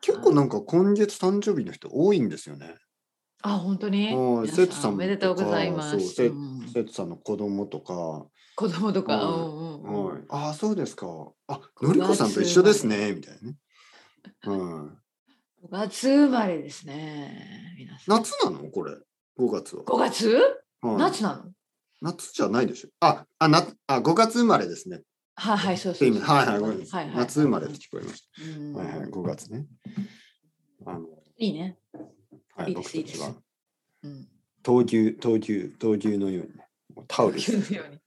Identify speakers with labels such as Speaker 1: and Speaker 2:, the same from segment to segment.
Speaker 1: 結構なんか今月誕生日の人多いんですよね。
Speaker 2: あ、本当に。
Speaker 1: うん
Speaker 2: 皆
Speaker 1: 生徒さん
Speaker 2: おめでとうございま
Speaker 1: とか
Speaker 2: す。
Speaker 1: そううん生徒さんの子供とか、
Speaker 2: 子供とか。
Speaker 1: は
Speaker 2: う
Speaker 1: い
Speaker 2: んうんうん
Speaker 1: はい、ああそうですかあのりこさんと一緒ですねみたいなね、は
Speaker 2: 五月生まれですね。皆
Speaker 1: い、
Speaker 2: さん。
Speaker 1: 夏なのこれ5月は、
Speaker 2: 五月、
Speaker 1: はい、
Speaker 2: 夏なの。
Speaker 1: 夏じゃないでしょああなあ5月生まれですね
Speaker 2: はいはい、そう
Speaker 1: って
Speaker 2: そう
Speaker 1: 意
Speaker 2: そう。
Speaker 1: 味はいはいごめんなさ
Speaker 2: はいい。
Speaker 1: 夏生まれって聞こえまし
Speaker 2: うん
Speaker 1: た、はいはい、5月ねあの、
Speaker 2: いいね。
Speaker 1: はい
Speaker 2: いいで
Speaker 1: 僕
Speaker 2: すいい
Speaker 1: た
Speaker 2: で
Speaker 1: ち
Speaker 2: す
Speaker 1: は
Speaker 2: うん。
Speaker 1: 闘牛闘牛闘牛のようにねもうタオル
Speaker 2: 闘牛のように。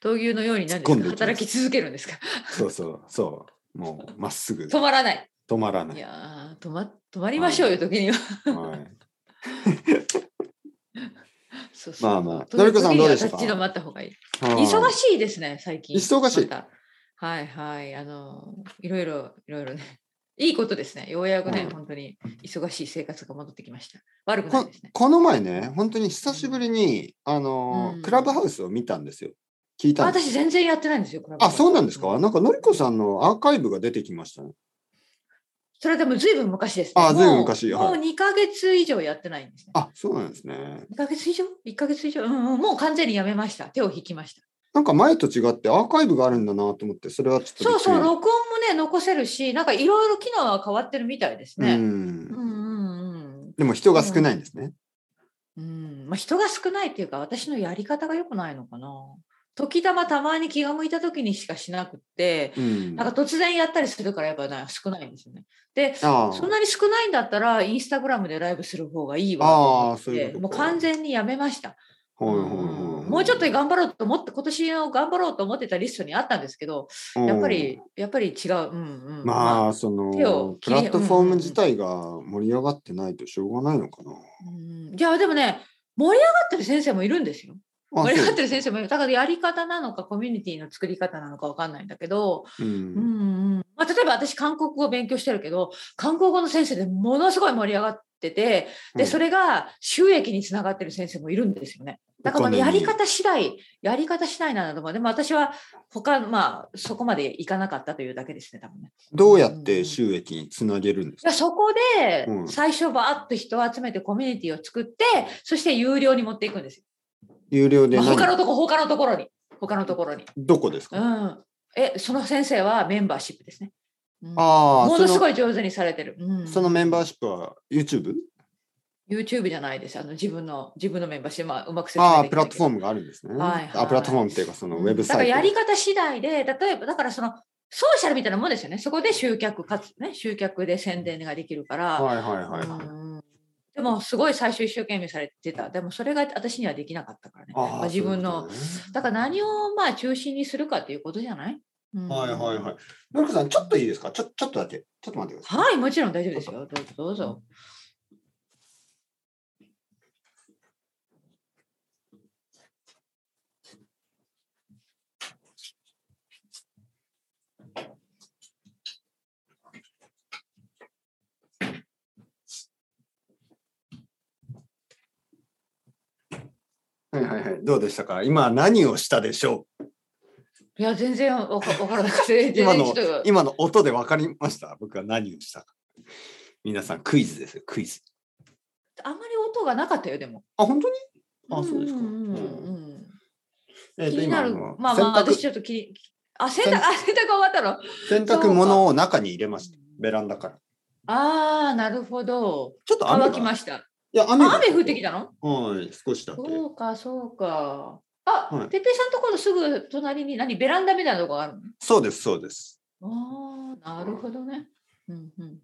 Speaker 2: 闘牛のように
Speaker 1: 突
Speaker 2: 何で
Speaker 1: っ込
Speaker 2: す
Speaker 1: んでい
Speaker 2: か
Speaker 1: きます
Speaker 2: 働き続けるんですか
Speaker 1: そうそうそうもうまっすぐ
Speaker 2: 止まらない。
Speaker 1: 止まらないい、
Speaker 2: やー止ま止まりましょうよ、時には。
Speaker 1: はい、
Speaker 2: そうそう
Speaker 1: まあまあ
Speaker 2: 時
Speaker 1: のりこさんどうでしたか
Speaker 2: 時には立ち止まった方がいい。
Speaker 1: はい
Speaker 2: 忙しいですね、最近。
Speaker 1: 忙しい
Speaker 2: またはいはい。あの、いろいろ、いろいろね。 いいことですね。ようやくね、
Speaker 1: うん
Speaker 2: 本当に忙しい生活が戻ってきました。悪くな
Speaker 1: こ
Speaker 2: いですね。
Speaker 1: この前ね、本当に久しぶりに、あのー
Speaker 2: うん
Speaker 1: クラブハウスを見たんですよ。聞いたんです。
Speaker 2: 私、全然やってないんですよ。これ
Speaker 1: あ、そうなんですか。なんか、のりこさんのアーカイブが出てきましたね。
Speaker 2: それでもずいぶん昔です、ね。
Speaker 1: あ
Speaker 2: もう
Speaker 1: ずいぶん昔はい
Speaker 2: もう2ヶ月以上やってないんですね。
Speaker 1: あ、そうなんですね。
Speaker 2: 2ヶ月以上 ?1 ヶ月以上、うんうん、もう完全にやめました。手を引きました。
Speaker 1: なんか前と違ってアーカイブがあるんだなと思って、それはちょっとびっ
Speaker 2: そう
Speaker 1: くり
Speaker 2: そう、録音もね、残せるし、なんかいろいろ機能は変わってるみたいです
Speaker 1: う
Speaker 2: ね。うん
Speaker 1: ん。
Speaker 2: うんうん
Speaker 1: でも人が少ないんですね。
Speaker 2: うんまあ、人が少ないっていうか私のやり方が良くないのかな。時たまたまに気が向いた時にしかしなくって
Speaker 1: うん。
Speaker 2: なんか突然やったりするからやっぱな少ないんですよね。
Speaker 1: あ
Speaker 2: そんなに少ないんだったらインスタグラムでライブする方がいいわ
Speaker 1: あー
Speaker 2: と思って
Speaker 1: そういうことか
Speaker 2: もう完全にやめました。
Speaker 1: あ、はいはいはい
Speaker 2: もうちょっと頑張ろうと思って今年の頑張ろうと思ってたリストにあったんですけどやっぱ。
Speaker 1: うん
Speaker 2: りやっぱり違う。うんうん、
Speaker 1: まあ、そ
Speaker 2: 手を
Speaker 1: の、プ
Speaker 2: 切り
Speaker 1: ラットフォーム自体が盛り上がってないとしょうがないのかな。
Speaker 2: うんいやでもね盛り上がってる先生もいるんですよ。
Speaker 1: あ
Speaker 2: 盛り上がって
Speaker 1: る。
Speaker 2: る先生もいる。だからやり方なのかコミュニティの作り方なのかわかんないんだけど、
Speaker 1: う
Speaker 2: うん
Speaker 1: ん。
Speaker 2: うんまあ、例えば私韓国語を勉強してるけど韓国語の先生でものすごい盛り上がってて
Speaker 1: う
Speaker 2: で
Speaker 1: ん
Speaker 2: それが収益につながってる先生もいるんですよね。だからまあ
Speaker 1: お金
Speaker 2: や
Speaker 1: に
Speaker 2: り方次第やり方次第なんだと思う。でも私は他まあそこまでいかなかったというだけですね多分ね。
Speaker 1: どうやって収益につなげるんです
Speaker 2: いや
Speaker 1: か
Speaker 2: そこで
Speaker 1: うん
Speaker 2: 最初バーッと人を集めてコミュニティを作ってそして有料に持っていくんですよ。
Speaker 1: 有料で
Speaker 2: まあ
Speaker 1: 何
Speaker 2: 他のとこ他のところに他のところに。
Speaker 1: どこですか、
Speaker 2: うん、えその先生はメンバーシップですね。うん
Speaker 1: ああ、
Speaker 2: ものすご
Speaker 1: い
Speaker 2: い上手にされてる。うん、
Speaker 1: そのメンバーシップは YouTube?
Speaker 2: YouTube じゃないです。あの自分の自分のメンバーシップ、まあ、うまく説明で
Speaker 1: あ
Speaker 2: きな
Speaker 1: あ、
Speaker 2: いけ
Speaker 1: プ
Speaker 2: ど
Speaker 1: ラットフォームがあるんですね。
Speaker 2: はいはい
Speaker 1: あプラットフォームっていうか、そのウェブサイト。
Speaker 2: だからやり方次第で、例えばだからそのソーシャルみたいなもんですよね。そこで集客かつね集客で宣伝ができるから。
Speaker 1: はいはいはいはい。
Speaker 2: うんでもすごい最初一生懸命されてた。でもそれが私にはできなかったからね。
Speaker 1: ああ
Speaker 2: まあ、自分
Speaker 1: そう
Speaker 2: の
Speaker 1: いうことね
Speaker 2: だから何をまあ中心にするかっていうことじゃない、うん
Speaker 1: はいはいはい。のりこさん、ちょっといいですかちょちょっとだけ。ちょっと待ってください。
Speaker 2: はい、もちろん大丈夫ですよ。どうぞどうぞ。
Speaker 1: はいはいはい。どうでしたか今何をしたでしょ
Speaker 2: いや、全然わかわからな くて、全
Speaker 1: 今
Speaker 2: 然
Speaker 1: の
Speaker 2: ちょっ
Speaker 1: う今の音で分かりました僕は何をしたか。皆さん、クイズですよ、クイズ。
Speaker 2: と、あんまり音がなかったよ、でも。
Speaker 1: あ、本当にあそうですか
Speaker 2: んうんうん
Speaker 1: う
Speaker 2: う
Speaker 1: え
Speaker 2: ん
Speaker 1: ー
Speaker 2: 気
Speaker 1: と
Speaker 2: になる。
Speaker 1: 今の
Speaker 2: まあまあ、
Speaker 1: 洗
Speaker 2: 私
Speaker 1: 濯
Speaker 2: ちょっと気に。あ、洗濯、あ、洗濯終わったの
Speaker 1: 洗濯物を中に入れました。ベランダから。
Speaker 2: ああ、なるほど。
Speaker 1: ちょっと雨
Speaker 2: 乾
Speaker 1: が
Speaker 2: きました。
Speaker 1: いや、雨
Speaker 2: あ
Speaker 1: が
Speaker 2: 雨降ってきたの
Speaker 1: はい、少しだけ。
Speaker 2: そうか、そうか。あ、
Speaker 1: はい
Speaker 2: てっぺいさんとこのすぐ隣に何、ベランダみたいなとこがある
Speaker 1: そうです、そうです。
Speaker 2: のああ、なるほどね。うんうん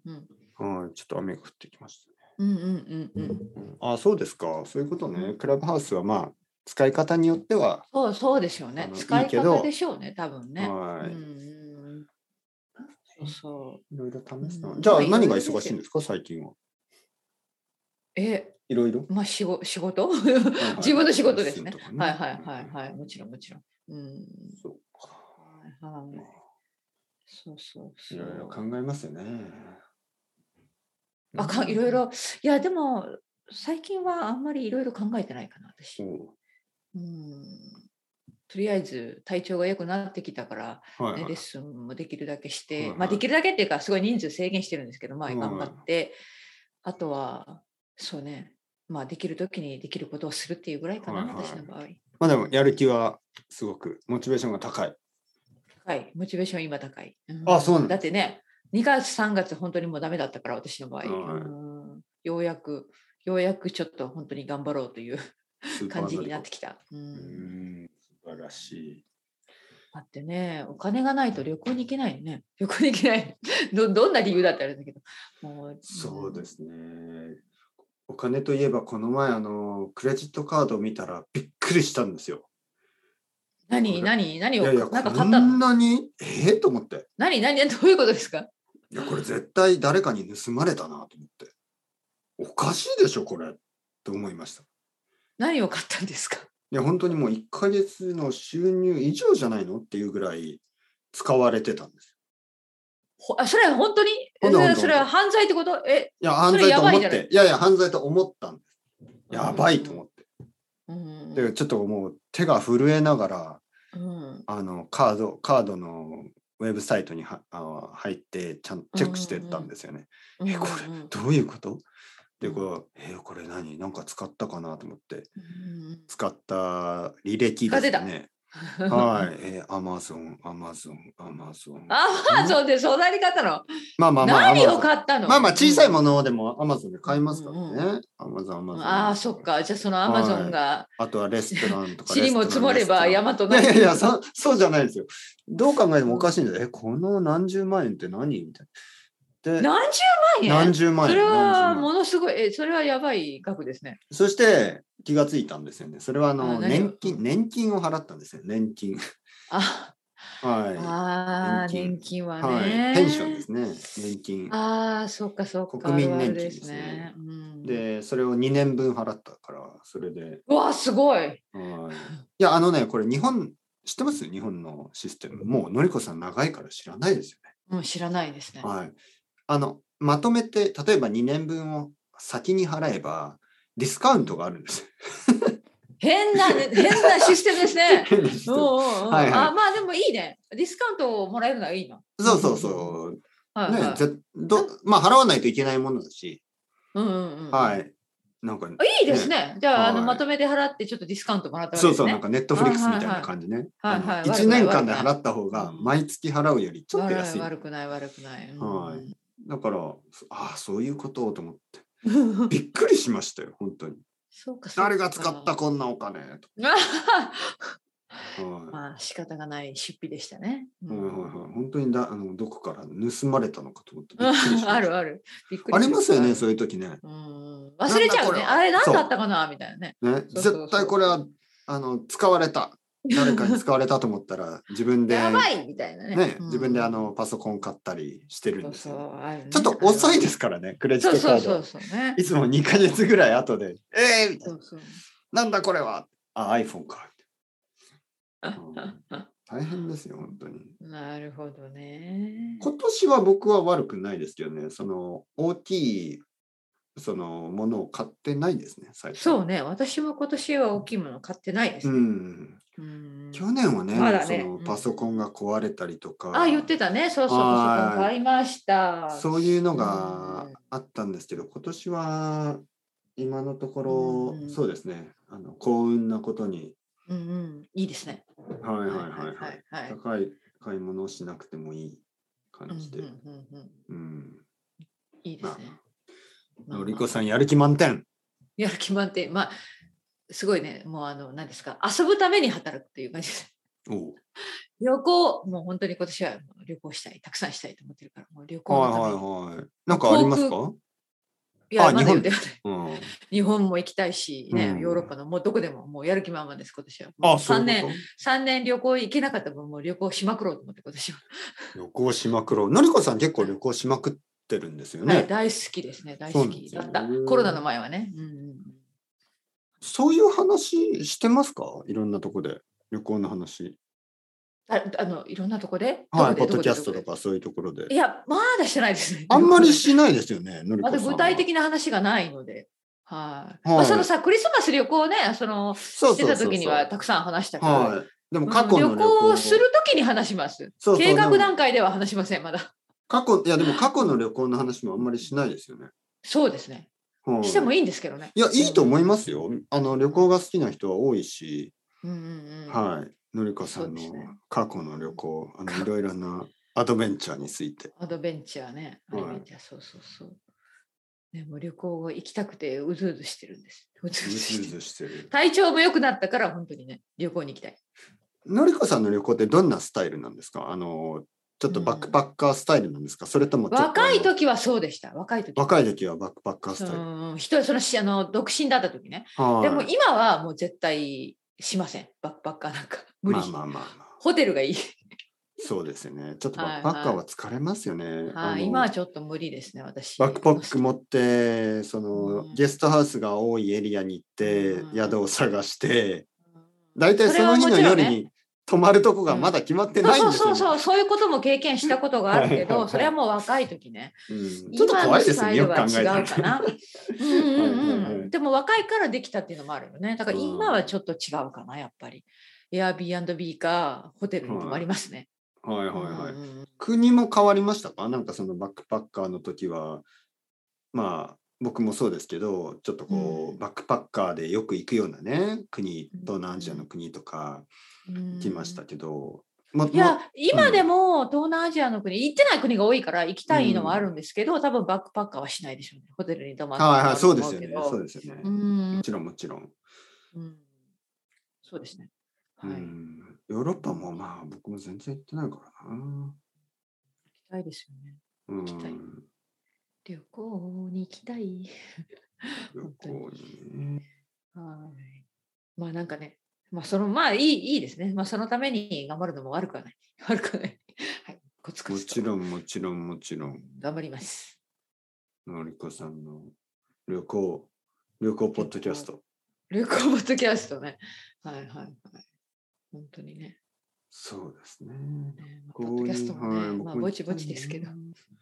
Speaker 2: うん。
Speaker 1: はい、ちょっと雨が降ってきまし
Speaker 2: うんうんうんうん。
Speaker 1: たね。あ、そうですか。そういうことね。クラブハウスはまあ、使い方によっては、
Speaker 2: そうそうでしょう
Speaker 1: あ
Speaker 2: ね
Speaker 1: の。
Speaker 2: 使
Speaker 1: いい
Speaker 2: い
Speaker 1: けど
Speaker 2: 方でしょうね、多分ね。
Speaker 1: は
Speaker 2: う
Speaker 1: い、
Speaker 2: んうん。そうそう。
Speaker 1: いろいろ試すの。
Speaker 2: うん
Speaker 1: じゃあ、
Speaker 2: まあ
Speaker 1: 何が
Speaker 2: いろいろですよ
Speaker 1: 忙しいんですか、最近は。
Speaker 2: え、
Speaker 1: いろいろ。
Speaker 2: まあ仕事仕事
Speaker 1: はい
Speaker 2: 自分の仕事ですね
Speaker 1: レッスンとか。
Speaker 2: はいはいはいはい。もちろんもちろん。うん。
Speaker 1: そうか。
Speaker 2: はいはい。そうそうそう。
Speaker 1: いろいろ考えますよね。
Speaker 2: あかんいろい。ろ。いやでも最近はあんまりいろいろ考えてないかな私。
Speaker 1: そう
Speaker 2: うん。とりあえず体調が良くなってきたから、
Speaker 1: はい
Speaker 2: ね
Speaker 1: はい
Speaker 2: レッスンもできるだけして、
Speaker 1: はいはい
Speaker 2: まあ、できるだけっていうかすごい人数制限してるんですけど、まあ、
Speaker 1: はいはい
Speaker 2: 頑張って、あとはそうね、まあ、できる時にできることをするっていうぐらいかな、
Speaker 1: はいはい
Speaker 2: 私の場合。
Speaker 1: まあでもやる気はすごくモチベーションが高い。
Speaker 2: 高い、モチベーション今高い。ん
Speaker 1: あそうなんだ
Speaker 2: だってね、2月、3月、本当にもうダメだったから、私の場合、
Speaker 1: はい
Speaker 2: うんようやく、ようやくちょっと本当に頑張ろうという
Speaker 1: スーパー
Speaker 2: 感じ
Speaker 1: ド
Speaker 2: に
Speaker 1: リ
Speaker 2: な
Speaker 1: カ
Speaker 2: ってきた。う
Speaker 1: うんん素晴らしい。
Speaker 2: だってね、お金がないと旅行に行けないよね。旅行に行けない。どどんな理由だったらあれだけど。もう。
Speaker 1: そうですすね。お金といえばこの前あのクレジットカードを見たらびっくりしたんですよ。
Speaker 2: 何、何、
Speaker 1: い
Speaker 2: 何を、
Speaker 1: やいや
Speaker 2: なんか
Speaker 1: こ
Speaker 2: 買ったの
Speaker 1: んなにえー、と思って。
Speaker 2: 何、何、どういうことですか
Speaker 1: いやこれ絶対誰かに盗まれたなと思って。おかしいでしょこれと思いました。
Speaker 2: 何を買ったんですか
Speaker 1: いや本当にもう1ヶ月の収入以上じゃないのっていうぐらい使われてたんです。
Speaker 2: ほあそれは本当に
Speaker 1: ほんとほんとほんと
Speaker 2: それは犯罪ってことえ、
Speaker 1: いや犯罪と思っ
Speaker 2: それやばいじゃない
Speaker 1: ていやいや犯罪と思ったんです。やばいと思って。
Speaker 2: うん
Speaker 1: でちょっともう手が震えながら
Speaker 2: うん、
Speaker 1: あのカードカードのウェブサイトにはあ入ってちゃんとチェックしてったんですよね。えこれ
Speaker 2: うん
Speaker 1: どういうことで
Speaker 2: うん
Speaker 1: こうえこれ何なんか使ったかなと思って
Speaker 2: うん
Speaker 1: 使った履歴
Speaker 2: あ
Speaker 1: で
Speaker 2: 出た
Speaker 1: すね。
Speaker 2: うん
Speaker 1: はい、えー、アマゾン、アマゾン、アマゾン。
Speaker 2: アマゾンでそんなに買ったの、
Speaker 1: まあまあまあ、
Speaker 2: 何
Speaker 1: Amazon
Speaker 2: を買ったの
Speaker 1: まあまあ、小さいものでもアマゾンで買いますから
Speaker 2: うんうん
Speaker 1: ね。アマゾン、アマゾン。
Speaker 2: ああそっ。かじゃあそのアマゾンが
Speaker 1: あとはレストランとか。
Speaker 2: 塵も積も
Speaker 1: レ
Speaker 2: れば
Speaker 1: ストラン
Speaker 2: 山と
Speaker 1: いや
Speaker 2: ない
Speaker 1: やいや、
Speaker 2: り
Speaker 1: そそうじゃないですよ。どう考えてもおかしいんだよ。え、この何十万円って何みたいな。で、
Speaker 2: 何十万円
Speaker 1: 何十万
Speaker 2: そ
Speaker 1: 円
Speaker 2: れは
Speaker 1: 何十万円
Speaker 2: ものすごいえそれはやばい額ですね
Speaker 1: そして気がついたんですよね。それはあの
Speaker 2: あ何
Speaker 1: 年金、年金を払ったんですよ。年金。
Speaker 2: あ、
Speaker 1: は
Speaker 2: あー
Speaker 1: 年金
Speaker 2: 年金
Speaker 1: い。
Speaker 2: はね、
Speaker 1: はい。ペンションですね。年金。
Speaker 2: ああそっかそっか
Speaker 1: 国民年金
Speaker 2: あるある
Speaker 1: で
Speaker 2: うん、
Speaker 1: で、それを2年分払ったから、それで。
Speaker 2: うわすごい
Speaker 1: はい。いや、あのね、これ日本、知ってます日本のシステム。もう、のりこさん長いから知らないですよね。
Speaker 2: もうん知らないですね、
Speaker 1: はい、あのまとめて例えば2年分を先に払えばディスカウントがあるんです。
Speaker 2: 変な変なシステムですね おう
Speaker 1: そ
Speaker 2: おうおう
Speaker 1: はいはい
Speaker 2: あまあでもいいね。ディスカウントをもらえるのはいいの。
Speaker 1: うそうそう。
Speaker 2: はい
Speaker 1: ね
Speaker 2: はい、
Speaker 1: ぜどまあ払わないといけないものだし、
Speaker 2: うんうんうん、。
Speaker 1: はいい。なんか、
Speaker 2: いいですね。じゃあ,、あ
Speaker 1: は
Speaker 2: の
Speaker 1: い
Speaker 2: まとめて払ってちょっとディスカウントもらったわけ
Speaker 1: そう
Speaker 2: です
Speaker 1: そう
Speaker 2: ね。
Speaker 1: なんかネットフリックスみたいな感じね。
Speaker 2: はいはいはいはいはい
Speaker 1: 1年間で払った方が毎月払うよりちょっと安い。
Speaker 2: 悪くない悪くない悪くない。うん
Speaker 1: はいだからああそういうことと思って
Speaker 2: うん
Speaker 1: びっくりしましたよ本当に。
Speaker 2: そうかそうか
Speaker 1: 誰が使 ったこんなお金と。はい
Speaker 2: まあ仕方がない出費でしたね。う
Speaker 1: はい
Speaker 2: ん
Speaker 1: はいはい、 本当にだあのどこから盗まれたのかと思ってびっくりしました。
Speaker 2: あるある。びっく
Speaker 1: ありますよね、
Speaker 2: そ
Speaker 1: そういう時ね。
Speaker 2: うん、忘れちゃ
Speaker 1: なんだ
Speaker 2: うね。
Speaker 1: これ
Speaker 2: あれ何だったかなみたいなね。
Speaker 1: ね
Speaker 2: そうそう
Speaker 1: 絶対これはあの使われた、誰か に使われたと思ったら、自分で、
Speaker 2: やばいみたいなね。
Speaker 1: ね
Speaker 2: うん
Speaker 1: 自分であのパソコン買ったりしてる
Speaker 2: そ
Speaker 1: ん
Speaker 2: う
Speaker 1: です
Speaker 2: そ
Speaker 1: よね、
Speaker 2: うあるね
Speaker 1: ちょっと遅いですからね、クレジッ
Speaker 2: そう
Speaker 1: トカー
Speaker 2: そ
Speaker 1: ド。
Speaker 2: うそうそうね。
Speaker 1: いつも2ヶ月ぐらい後 で、えー、みたい
Speaker 2: そ
Speaker 1: な
Speaker 2: うそう
Speaker 1: なんだこれはあ、iPhone か。うん大変ですよ、本当 に。
Speaker 2: なるほどね。
Speaker 1: 今年は僕は悪くないですけどね、その大きいそのものを買ってないですね、最近。
Speaker 2: そうね、私も今年は大きいもの買ってないです
Speaker 1: う
Speaker 2: ね。
Speaker 1: ん。
Speaker 2: うん
Speaker 1: 去年はね、
Speaker 2: まだね
Speaker 1: その
Speaker 2: うん
Speaker 1: パソコンが壊れたりとか、
Speaker 2: あ、言ってたね。そうそう、
Speaker 1: はい
Speaker 2: パソコン買いました。
Speaker 1: そういうの
Speaker 2: う
Speaker 1: が
Speaker 2: ん
Speaker 1: あったんですけど、今年は今のところ、
Speaker 2: うん
Speaker 1: そうですね、あの幸運なことに、
Speaker 2: うんうん、いいですね。
Speaker 1: はいはいはいはい、
Speaker 2: はいはい
Speaker 1: 高い買い物をしなくてもいい感じで。
Speaker 2: うん
Speaker 1: うん
Speaker 2: うんうんうんいいで
Speaker 1: ますあ
Speaker 2: ね。まあ
Speaker 1: のりこさんやる気満点。
Speaker 2: やる気満点。まあ、すごいね。もうあの、何ですか。遊ぶために働くっていう感じです。
Speaker 1: おう
Speaker 2: 旅行、もう本当に今年は旅行したい、たくさんしたいと思ってるから、もう旅行のために。
Speaker 1: はいはいはい。なんかありますか？
Speaker 2: いや、
Speaker 1: あ
Speaker 2: まだ
Speaker 1: 日本
Speaker 2: 予定はない
Speaker 1: うん。
Speaker 2: 日本も行きたいし、ね
Speaker 1: うん
Speaker 2: ヨーロッパのもうどこでももうやる気満々です、今年は。
Speaker 1: あ、そう
Speaker 2: 3
Speaker 1: いう
Speaker 2: 年
Speaker 1: こと。
Speaker 2: 三年旅行行けなかった分、もう旅行しまくろうと思って、今年は。
Speaker 1: 旅行しまくろう。のりこさん結構旅行しまくってるんですよね。
Speaker 2: はい、大好きですね、大好きだった
Speaker 1: そうなんですよ。ね
Speaker 2: コロナの前はね。うんうんうん
Speaker 1: そういう話してますかいろんなとこで。旅行の話。
Speaker 2: ああのいろんなとこで、
Speaker 1: はい、ポ
Speaker 2: ど
Speaker 1: ッド
Speaker 2: こ
Speaker 1: キ
Speaker 2: で
Speaker 1: ャ
Speaker 2: ど
Speaker 1: ス
Speaker 2: こ
Speaker 1: ト
Speaker 2: で
Speaker 1: とかそういうところ
Speaker 2: い
Speaker 1: で。
Speaker 2: や、まだしてないですね。
Speaker 1: あんまりしないですよね、のりこ
Speaker 2: ま
Speaker 1: さ
Speaker 2: だ
Speaker 1: んは。
Speaker 2: 具体的な話がないので。はい
Speaker 1: はい
Speaker 2: まあ、そのさクリスマス旅行ね、その
Speaker 1: そう
Speaker 2: して
Speaker 1: そう
Speaker 2: た
Speaker 1: そうそう
Speaker 2: 時にはたくさん話したから、
Speaker 1: はい。でも
Speaker 2: うん
Speaker 1: 過去の
Speaker 2: 旅
Speaker 1: 旅
Speaker 2: 行
Speaker 1: 行
Speaker 2: をするときに話します
Speaker 1: そうそう
Speaker 2: 計
Speaker 1: で
Speaker 2: 画
Speaker 1: も
Speaker 2: 段階では話しませんまだ
Speaker 1: 過去いやでも過去の旅行の話もあんまりしないですよね。
Speaker 2: そうですね
Speaker 1: はい
Speaker 2: してもいいんですけどね
Speaker 1: いやいいと思いますよ。あの旅行が好きな人は多いし、
Speaker 2: うんうんうん
Speaker 1: はい、のりこさんの
Speaker 2: そうですね
Speaker 1: 過去の旅行、あ
Speaker 2: か
Speaker 1: のいろいろなアドベンチャーについ て。
Speaker 2: アドベンチャーね。ア
Speaker 1: はい
Speaker 2: ドベンチャー、そうそうそう。ね、もう旅行を行きたくてうずうずしてるんです。う
Speaker 1: ず
Speaker 2: ずうず
Speaker 1: ず
Speaker 2: して
Speaker 1: ず
Speaker 2: る。
Speaker 1: してる。
Speaker 2: 体調も良くなったから本当にね、旅行に行きたい。
Speaker 1: のりこさんの旅行ってどんなスタイルなんですか。あのちょっとバックパッカースタイルなんですか。それともちょっと
Speaker 2: 若い時はそうでした。若い時。
Speaker 1: 若い時はバックパッカースタイル。
Speaker 2: うん、人そのしあの独身だった時ね。
Speaker 1: はい
Speaker 2: でも今はもう絶対しません。バックパッカーなんか 無理。
Speaker 1: まあまあまあまあ。
Speaker 2: ホテル がいい。
Speaker 1: そうですよね。ちょっとバックパッカーは疲れますよね。あ
Speaker 2: は
Speaker 1: の
Speaker 2: い、今はちょっと無理ですね、私。
Speaker 1: バックパック持ってその、
Speaker 2: うん
Speaker 1: ゲストハウスが多いエリアに行って、
Speaker 2: うん
Speaker 1: 宿を探して
Speaker 2: うん。
Speaker 1: 大体その日の
Speaker 2: それはも
Speaker 1: 夜
Speaker 2: ちろんね
Speaker 1: に泊まるとこがまだ決まってないん
Speaker 2: そう
Speaker 1: ですよ、
Speaker 2: そう
Speaker 1: ね
Speaker 2: そうそう、そういうことも経験したことがあるけ
Speaker 1: はいはいは
Speaker 2: ど、
Speaker 1: い
Speaker 2: それはもう若い時ね。
Speaker 1: うんちょっと怖いですねよく考えた
Speaker 2: 今
Speaker 1: ら
Speaker 2: のスタイ ルは違うかな。うんうん
Speaker 1: はいはい
Speaker 2: うん
Speaker 1: はい
Speaker 2: でも若いからできたっていうのもあるよね。だから今はちょっと違うかな、やっぱり。Airbnb かホテルに泊まりますね。
Speaker 1: はいはいはい、
Speaker 2: うんうんうん
Speaker 1: 国も変わりましたかなんかそのバックパッカーの時はまあ僕もそうですけどちょっとこう、
Speaker 2: うん
Speaker 1: バックパッカーでよく行くようなね国東南アジアの国とか
Speaker 2: うん
Speaker 1: 行きましたけど、ま
Speaker 2: いや、今でも東南アジアの国、行ってない国が多いから行きたいのはあるんですけど、多分バックパッカーはしないでしょうね。ホテルに泊まって
Speaker 1: まはいはいそうですよね
Speaker 2: 泊まると思うけど
Speaker 1: そうですよね、
Speaker 2: う
Speaker 1: も
Speaker 2: ん
Speaker 1: ちろんもちろん
Speaker 2: うんそうですね。
Speaker 1: う
Speaker 2: はい。行
Speaker 1: んヨーロッパもまあ僕も全然行ってないからな。
Speaker 2: きたいですよね。
Speaker 1: うん、
Speaker 2: 行きたい旅行に行きたい。
Speaker 1: 旅行にね。
Speaker 2: はい。まあなんかね、まあそのまあいいいいですね。まあそのために頑張るのも悪くはない。 悪くはない。はい。コツコ
Speaker 1: も
Speaker 2: ツと。
Speaker 1: ちろんもちろんもちろん、
Speaker 2: 頑張ります。
Speaker 1: のりこさんの旅行、旅行ポッドキャスト。
Speaker 2: 旅行ポッドキャストね。はいはいはい。本当にね。
Speaker 1: そうですね。
Speaker 2: ねまあポ
Speaker 1: こ
Speaker 2: ッド
Speaker 1: う
Speaker 2: キ
Speaker 1: い
Speaker 2: ャス
Speaker 1: う
Speaker 2: トもね、
Speaker 1: はい
Speaker 2: まあ
Speaker 1: 僕も
Speaker 2: ぼ
Speaker 1: 行き
Speaker 2: ち
Speaker 1: たい
Speaker 2: ぼちです けど
Speaker 1: な。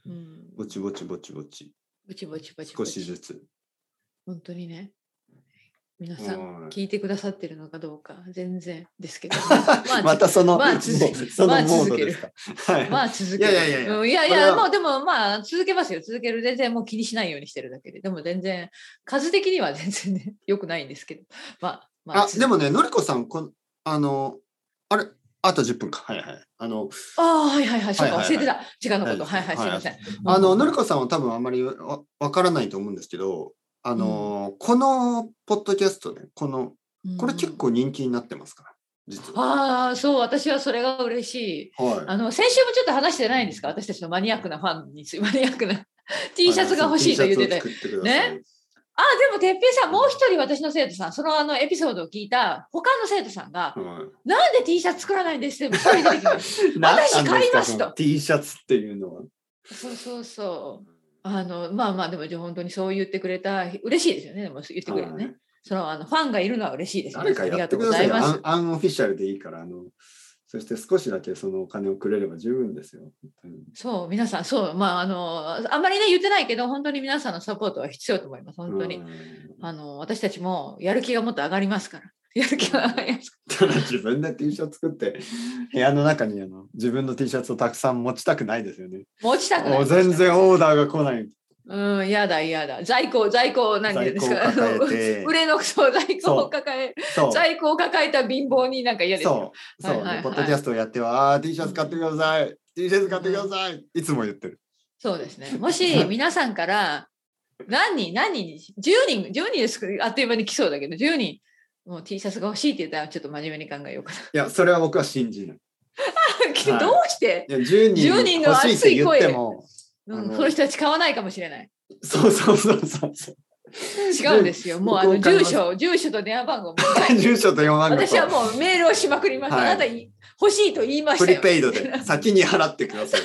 Speaker 2: うん。
Speaker 1: ぼちぼちぼちぼち、
Speaker 2: ぼちぼちぼち
Speaker 1: 少
Speaker 2: ぼ
Speaker 1: しず
Speaker 2: ち。
Speaker 1: つ。
Speaker 2: 本当にね。皆さん、
Speaker 1: はい
Speaker 2: 聞いてくださってるのかどうか、全然です けど。
Speaker 1: またその、
Speaker 2: まあ
Speaker 1: もう
Speaker 2: 続け
Speaker 1: その
Speaker 2: まあ
Speaker 1: モード
Speaker 2: 続け
Speaker 1: で
Speaker 2: る
Speaker 1: すか。はい。
Speaker 2: まあ続ける。
Speaker 1: いやいやいやいや
Speaker 2: うんいやい
Speaker 1: これは
Speaker 2: やもうでもまあ続けますよ。続ける。全然もう気にしないようにしてるだけで。でも全然、数的には全然ね、 良くないんですけど。まあ、ま
Speaker 1: あ、でもね、のりこさん、こんあの、あれ、あと10分か。はいはい。あの、
Speaker 2: ああー、はいはいはい。そうか、
Speaker 1: はいは
Speaker 2: 忘
Speaker 1: い
Speaker 2: れ
Speaker 1: は
Speaker 2: て
Speaker 1: い
Speaker 2: た。時間のこと。は
Speaker 1: はいい
Speaker 2: はい、すいません。
Speaker 1: あの、のり
Speaker 2: こ
Speaker 1: こさんは多分あんまりわわからないと思うんですけど、あの、このポッドキャストね、この、これ結。構人気になってますから、実は。
Speaker 2: ああ、そう、私はそれが嬉しい。
Speaker 1: はい。
Speaker 2: あの、先週もちょっと話してないんですか私たちのマニアックなファンについ マニアックな T シャツが欲しいと言ってて。
Speaker 1: T シャツを作ってください
Speaker 2: ね。ああ、でも、てっぺいさん、もう一人私の生徒さん、そのあのエピソードを聞いた他の生徒さんが、
Speaker 1: はい
Speaker 2: なんで T シャツ作らないんですって一人出てきまし 私買い
Speaker 1: 何なんですか
Speaker 2: ますと
Speaker 1: その T シャツっていうのは。
Speaker 2: たそうそうそう。あのまあまあでもじゃあ本当にそう言ってくれた嬉しいですよね。でも言ってくれるね。
Speaker 1: はい
Speaker 2: そのあのファンがいるのは嬉しいです、ね。
Speaker 1: 誰かやってくだ
Speaker 2: あ
Speaker 1: さい
Speaker 2: り
Speaker 1: よ。
Speaker 2: がと
Speaker 1: ア
Speaker 2: うござ
Speaker 1: ンアンオフィシャルでいいから、あの、そして少しだけそのお金をくれれば十分ですよ。本当に
Speaker 2: そう皆さんそうまああのあんまりね言ってないけど本当に皆さんのサポートは必要と思います本当に、
Speaker 1: うん
Speaker 2: あの私たちもやる気がもっと上がりますから やる気が上がりますか
Speaker 1: ただ自分で T シャツ作 って、部屋の中にあの自分の T シャツをたくさん持ちたくないですよね。
Speaker 2: ら持ちたくな
Speaker 1: も
Speaker 2: いう
Speaker 1: 全然オーダーが来ない。
Speaker 2: うんやだやだ在庫在庫を何て言うんですか
Speaker 1: 在庫を抱えて
Speaker 2: あの売れのそう在庫を抱え
Speaker 1: そう。
Speaker 2: 在庫を抱えた貧乏になんか嫌ですよ
Speaker 1: そう、そう、
Speaker 2: はいはいは
Speaker 1: で
Speaker 2: い
Speaker 1: ポッドキャストをやっては、あー T シャツ買ってください、T シャツ買ってください、いつも言ってる。
Speaker 2: そうですね。もし皆さんから何人、何人、10人、10人ですかあっという間に来そうだけど、10人、もう T シャツが欲しいって言ったら、ちょっと真面目に考えようか
Speaker 1: いや、それは僕は信じない。
Speaker 2: な。けど
Speaker 1: はい
Speaker 2: どうして、
Speaker 1: いや、10
Speaker 2: 10
Speaker 1: 人
Speaker 2: 人の
Speaker 1: 欲しいって言って
Speaker 2: 熱い
Speaker 1: も、あ
Speaker 2: うん、
Speaker 1: の
Speaker 2: その人たち買わないかもしれない。
Speaker 1: そうそうそうそうそう。
Speaker 2: 違うんですよ。もうあの
Speaker 1: 僕を買い
Speaker 2: 住
Speaker 1: ます
Speaker 2: 所、住所と電話番号も。
Speaker 1: 住所と4番
Speaker 2: 私は
Speaker 1: 号
Speaker 2: もうメールをしまくりました。
Speaker 1: はい
Speaker 2: あなたに欲しいと言いま
Speaker 1: とプ
Speaker 2: した
Speaker 1: リ
Speaker 2: よ。
Speaker 1: ペイドで先に払ってください。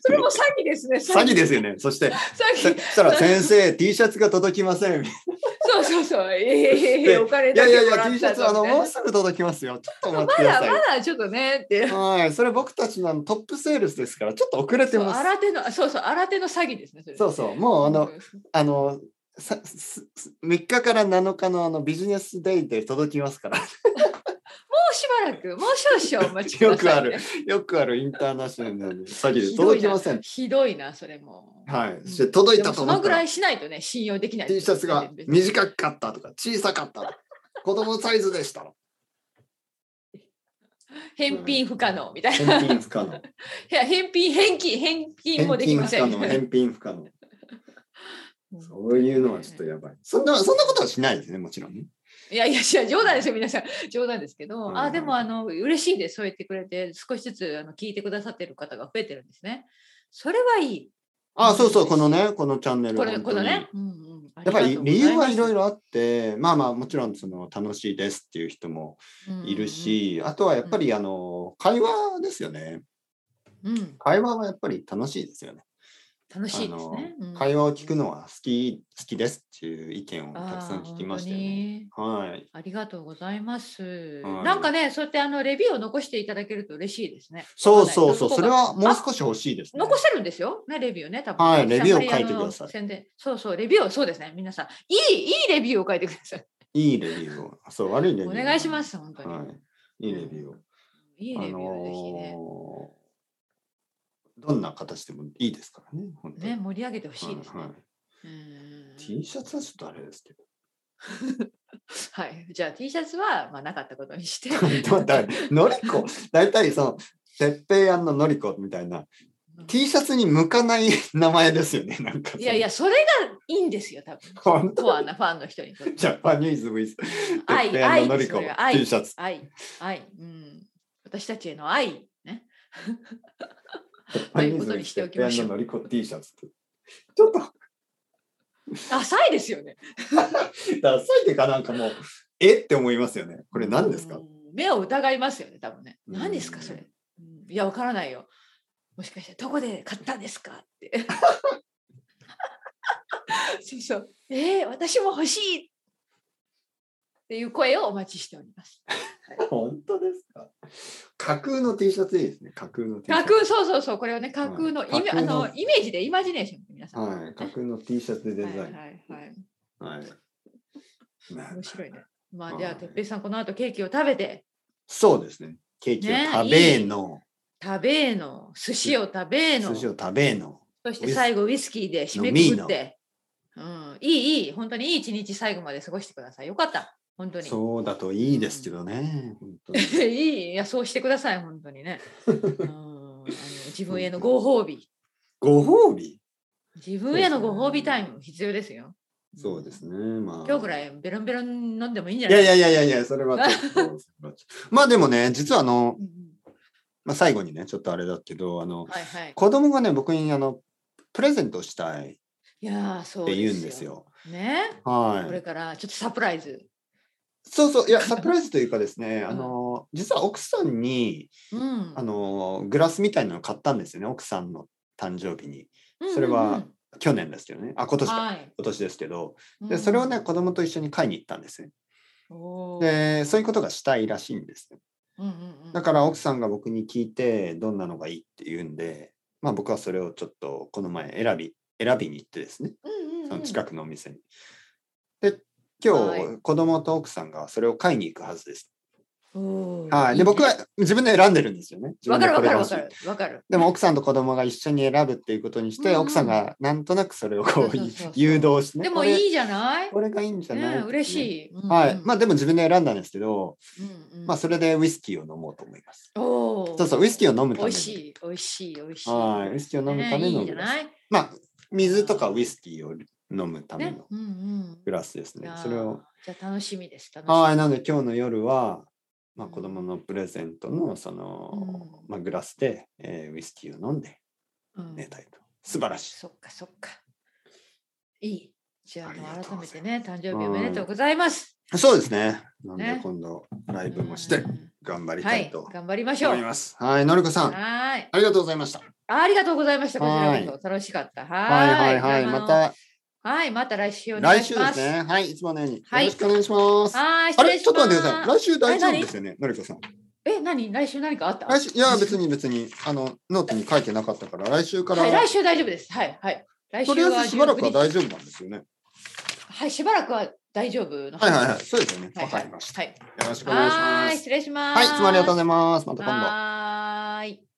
Speaker 2: それも詐欺ですね。
Speaker 1: 詐欺
Speaker 2: 詐
Speaker 1: ですよね。そして、そ
Speaker 2: 欺。
Speaker 1: したら先生、T シャツが届きません。い
Speaker 2: そうそうそう。ええ
Speaker 1: で
Speaker 2: お金だ
Speaker 1: やい
Speaker 2: け
Speaker 1: やい
Speaker 2: もら
Speaker 1: や、
Speaker 2: っ
Speaker 1: T シ
Speaker 2: た
Speaker 1: ャツ、あ
Speaker 2: ぞ
Speaker 1: の、
Speaker 2: みたい
Speaker 1: も
Speaker 2: な
Speaker 1: うすぐ届きますよ。ちょっと待ってく
Speaker 2: ま
Speaker 1: だ
Speaker 2: だ
Speaker 1: さい。
Speaker 2: まだちょっとねって。
Speaker 1: はい、それ僕たちのトップセールスですから、ちょっと遅れて
Speaker 2: そう
Speaker 1: ます。
Speaker 2: 新手の、そうそう、新手の詐欺ですね。それ
Speaker 1: そうそう、もうあの、
Speaker 2: うん
Speaker 1: あの、さすす3日から7日のあのビジネスデイで届きますから。
Speaker 2: もうしばらく、もう少々お待ちください、ね。
Speaker 1: よよくあるインターナショナルの詐欺で
Speaker 2: ひど
Speaker 1: 届
Speaker 2: い
Speaker 1: き
Speaker 2: な
Speaker 1: ません。
Speaker 2: ひどいな、それも。
Speaker 1: はい。
Speaker 2: うん
Speaker 1: して届いたと
Speaker 2: でも
Speaker 1: 思
Speaker 2: そ
Speaker 1: った
Speaker 2: のぐら
Speaker 1: ら
Speaker 2: いしないとね、信用できない。
Speaker 1: T シャツが
Speaker 2: 別に
Speaker 1: 短かったとか小さかったとか子供サイズで した。
Speaker 2: 返品不可能み たいな。
Speaker 1: 返品不可能。
Speaker 2: いや返品、返金、返金も
Speaker 1: 返
Speaker 2: でき
Speaker 1: 品
Speaker 2: ま
Speaker 1: 不
Speaker 2: せ
Speaker 1: 可
Speaker 2: ん。
Speaker 1: 能、返品不可能。
Speaker 2: うん
Speaker 1: そういうのはちょっとやばい。そんな、そんなことはしないですね、もちろんね。
Speaker 2: いやいや、いや冗談ですよ、皆さん。冗談ですけど、
Speaker 1: はいはい
Speaker 2: あでもあの嬉しいです、そう言ってくれて、少しずつあの聞いてくださってる方が増えてるんですね。それはいい。
Speaker 1: あ、そうそう、このね、このチャンネル。
Speaker 2: これこ
Speaker 1: 本当
Speaker 2: の
Speaker 1: に
Speaker 2: ね。うんうんあ
Speaker 1: やっぱ
Speaker 2: が
Speaker 1: り
Speaker 2: とうございます
Speaker 1: 理由はいろいろあって、まあまあ、もちろんその楽しいですっていう人もいる、し、あとはやっぱりあの、会話ですよね。
Speaker 2: うんうんうんうん
Speaker 1: 会話はやっぱり楽しいですよね。
Speaker 2: 楽しいで
Speaker 1: あ
Speaker 2: す
Speaker 1: の
Speaker 2: ね。うん
Speaker 1: 会話を聞くのは好き、好きですっていう意見をたくさん聞きましたよ
Speaker 2: あー
Speaker 1: ね。
Speaker 2: 本当に
Speaker 1: はい。
Speaker 2: ありがとうございます。
Speaker 1: はい
Speaker 2: なんかね、そうやってあのレビューを残していただけると嬉しいですね。
Speaker 1: そうそうそう、そ
Speaker 2: わかん
Speaker 1: れ
Speaker 2: ない
Speaker 1: はもう少し欲しいです、ね。
Speaker 2: 残せるんですよ、ね、レビューね、多分。
Speaker 1: はい
Speaker 2: ね
Speaker 1: レビューを
Speaker 2: あんまり
Speaker 1: 書いてください
Speaker 2: あの宣伝そうそう、レビューを、そうですね、皆さん、いい、いいレビューを書いてください。
Speaker 1: いいレビューを。そう、悪いレビ
Speaker 2: お
Speaker 1: ュー。
Speaker 2: 願いします、本当に。
Speaker 1: はい。いいレビューを。
Speaker 2: いいレビュー、ぜひね。
Speaker 1: あのーどんな形でもいいですからね。本当に
Speaker 2: ね、盛り上げてほしいです
Speaker 1: は
Speaker 2: ね
Speaker 1: いは。
Speaker 2: うーん
Speaker 1: い T シャツはちょっとあれですけど。
Speaker 2: はい、じゃあ T シャツは、まあ、なかったこと にして。
Speaker 1: でもだのりこ、大体その、鉄平庵ののりこみたいな、T シャツに向かない名前ですよね、なんか。
Speaker 2: いやいや、、それがいいんですよ、多分。
Speaker 1: 本当
Speaker 2: コアなファンの人にとって。
Speaker 1: ジャパニーズ・ウィズ・鉄
Speaker 2: 愛、
Speaker 1: 平庵
Speaker 2: 愛
Speaker 1: ののり
Speaker 2: です
Speaker 1: こ、
Speaker 2: それは愛
Speaker 1: T シャツ。
Speaker 2: 愛、愛、うん。私たちへの愛、ね。
Speaker 1: 鉄
Speaker 2: と
Speaker 1: 平
Speaker 2: い
Speaker 1: 庵
Speaker 2: うこと
Speaker 1: の
Speaker 2: にしておきましょう
Speaker 1: のりこ T シャツって。ちょっと
Speaker 2: 浅いですよね。
Speaker 1: ダサいっていうかなんかもう、えって思いますよね。これ何ですか、
Speaker 2: うん目を疑いますよね、多分ね。
Speaker 1: うん
Speaker 2: 何ですか、それ。うんいや、わからないよ。もしかして、どこで買ったんですか って。そうそう。えー、私も欲しいっていう声をお待ちしており ます。
Speaker 1: 本当ですか架空の T シャツいいですね。架空の T シャ
Speaker 2: 架
Speaker 1: ツ。
Speaker 2: 空、そうそうそう、これをね、架空の
Speaker 1: はい
Speaker 2: イ
Speaker 1: 架
Speaker 2: メ,、あ
Speaker 1: 空の
Speaker 2: のイメージで、イマジネーション、皆さん。
Speaker 1: はい。架空の T シャツデザ
Speaker 2: はいは
Speaker 1: イ
Speaker 2: いはい。
Speaker 1: ン。はい。まあ
Speaker 2: 面白いね。ま
Speaker 1: は
Speaker 2: あ、
Speaker 1: い
Speaker 2: じゃあ、てっぺいさん、この後ケーキを食べて、
Speaker 1: そうですね。ケーキを
Speaker 2: ね
Speaker 1: 食べーの。
Speaker 2: 食べーの、寿司を食べーの、
Speaker 1: 寿司を食べーの。
Speaker 2: そし
Speaker 1: ウイ
Speaker 2: て
Speaker 1: ス
Speaker 2: 最後ウイスキーで締めくくって、うん、いいいい、本当にいい一日最後まで過ごしてください。よかった、本当に。
Speaker 1: そうだといいですけどね。本当に
Speaker 2: いい、いや、そうしてください、本当に ね。うん、あの自分へのご褒美、
Speaker 1: ご褒美
Speaker 2: 自分へのご褒美タイム必要ですよ。
Speaker 1: そうです
Speaker 2: ね。
Speaker 1: ね。まあ。
Speaker 2: 今日くらいベロンベロン飲んでもいいんじゃ
Speaker 1: い
Speaker 2: ない
Speaker 1: やいやいやいやいや、それはちょっとそれはちょっと。まあでもね、実はあの、
Speaker 2: うんうん
Speaker 1: まあ、最後にね、ちょっとあれだけど、あの、
Speaker 2: はいはい。
Speaker 1: 子供がね、僕にあの、プレゼントしたいっ
Speaker 2: いやー、そう
Speaker 1: て言うんです。よ。
Speaker 2: ね、こ
Speaker 1: は
Speaker 2: れ
Speaker 1: い。
Speaker 2: からちょっとサプライズ。
Speaker 1: そうそう、いや、サプライズというかですね、
Speaker 2: ん
Speaker 1: あの、実は奥さんに、
Speaker 2: うん
Speaker 1: あ。の、グラスみたいなの買ったんですよね、奥さんの誕生日に。それ
Speaker 2: うんうん
Speaker 1: は去年ですけどね。あ、今
Speaker 2: うん、
Speaker 1: 年か。
Speaker 2: はい。
Speaker 1: 今年ですけど。
Speaker 2: うんう
Speaker 1: で、
Speaker 2: ん
Speaker 1: それをね、、子供と一緒に買いに行ったんですね。
Speaker 2: おー
Speaker 1: で、そういうことがしたいらしいんですよ。
Speaker 2: うんうんうん
Speaker 1: だから奥さんが僕に聞いて、どんなのがいいって言うんで、まあ僕はそれをちょっとこの前選び、選びに行ってですね。
Speaker 2: うんうん
Speaker 1: そ
Speaker 2: うん
Speaker 1: の近くのお店に。で、今
Speaker 2: は
Speaker 1: 日、子供と奥さんがそれを買いに行くはずです。
Speaker 2: おー
Speaker 1: はい。で、僕は自分で選んでるんですよね。自
Speaker 2: わ
Speaker 1: 分で
Speaker 2: かるわ
Speaker 1: これ
Speaker 2: か
Speaker 1: が
Speaker 2: るわ
Speaker 1: 欲しい
Speaker 2: かるわかる。
Speaker 1: でも奥さんと子供が一緒に選ぶっていうことにして、
Speaker 2: うんうん
Speaker 1: 奥さんがなんとなくそれをこう
Speaker 2: そうそうそうそう
Speaker 1: 誘導してね。
Speaker 2: でも
Speaker 1: これ
Speaker 2: いいじゃない。
Speaker 1: これがいいんじゃない、
Speaker 2: ね、嬉
Speaker 1: い。
Speaker 2: しい。うん
Speaker 1: はい。まあ
Speaker 2: あ、
Speaker 1: でも自分で選んだんですけど、
Speaker 2: うんうん、
Speaker 1: まあそれでウイスキーを飲もうと思います。
Speaker 2: お
Speaker 1: そうそう、ウイスキーを
Speaker 2: を
Speaker 1: 飲むた
Speaker 2: 美
Speaker 1: め
Speaker 2: 味し
Speaker 1: に。
Speaker 2: い美味しい美味しい。
Speaker 1: はい。ウイスキーを飲むた
Speaker 2: ね
Speaker 1: め
Speaker 2: い
Speaker 1: の
Speaker 2: いじ
Speaker 1: グ
Speaker 2: ゃ
Speaker 1: ラス。
Speaker 2: ない。
Speaker 1: まあ、水とかウイスキーを飲むため
Speaker 2: ね
Speaker 1: の、
Speaker 2: うんうん。
Speaker 1: グラスです
Speaker 2: い
Speaker 1: ね
Speaker 2: や。ー
Speaker 1: それを。
Speaker 2: じゃあ楽しみです。楽しみ
Speaker 1: はい、なので今日の夜は、まあ、
Speaker 2: うん
Speaker 1: 子供のプレゼントのその、まあ、グラスで、えーウイスキーを飲んで
Speaker 2: うん
Speaker 1: 寝たいと。素晴らしい。
Speaker 2: そっかそっか。いい。じゃあ
Speaker 1: ありがとうございます
Speaker 2: 改めてね、誕生日おめでとうございます。
Speaker 1: そうですね。なんで
Speaker 2: ね
Speaker 1: 今度ライブもして
Speaker 2: うん
Speaker 1: 頑張り
Speaker 2: は
Speaker 1: た
Speaker 2: い
Speaker 1: いと、
Speaker 2: 頑張りましょう。
Speaker 1: 思います。はい、のりこさん、あ
Speaker 2: はーい。
Speaker 1: りがとうございました。
Speaker 2: ありがとうございました。こちら
Speaker 1: はい
Speaker 2: こそ楽しかった。
Speaker 1: は
Speaker 2: はいー
Speaker 1: はいはい、
Speaker 2: じゃあ
Speaker 1: また
Speaker 2: はい、また来週お願い
Speaker 1: 来
Speaker 2: し
Speaker 1: 週で
Speaker 2: ます
Speaker 1: す。ね。はい、いつものようによ
Speaker 2: はい
Speaker 1: ろしくお願いします。
Speaker 2: はーい、
Speaker 1: あ
Speaker 2: 失礼
Speaker 1: れ
Speaker 2: し
Speaker 1: ちょっと
Speaker 2: ま
Speaker 1: 待って
Speaker 2: す
Speaker 1: ください。来週大丈夫ですよね、のりこさん。
Speaker 2: え、何来週何かあった
Speaker 1: 来週いや、別に別に、あの、ノートに書いてなかったから、来週から、
Speaker 2: はい、来週大丈夫です。はい、はい。来週
Speaker 1: と
Speaker 2: は
Speaker 1: りあえずしばらくは
Speaker 2: 19日
Speaker 1: 大丈夫なんですよね。
Speaker 2: はい、しばらくは大丈夫の
Speaker 1: はいはい
Speaker 2: は
Speaker 1: はい。そうですよね。わ、
Speaker 2: いは
Speaker 1: か
Speaker 2: い
Speaker 1: りました。
Speaker 2: はい
Speaker 1: よろしくお願いし
Speaker 2: は
Speaker 1: ま
Speaker 2: ーい
Speaker 1: す。
Speaker 2: 失礼します
Speaker 1: はい、いつもありがとうございます。また今度。
Speaker 2: はーい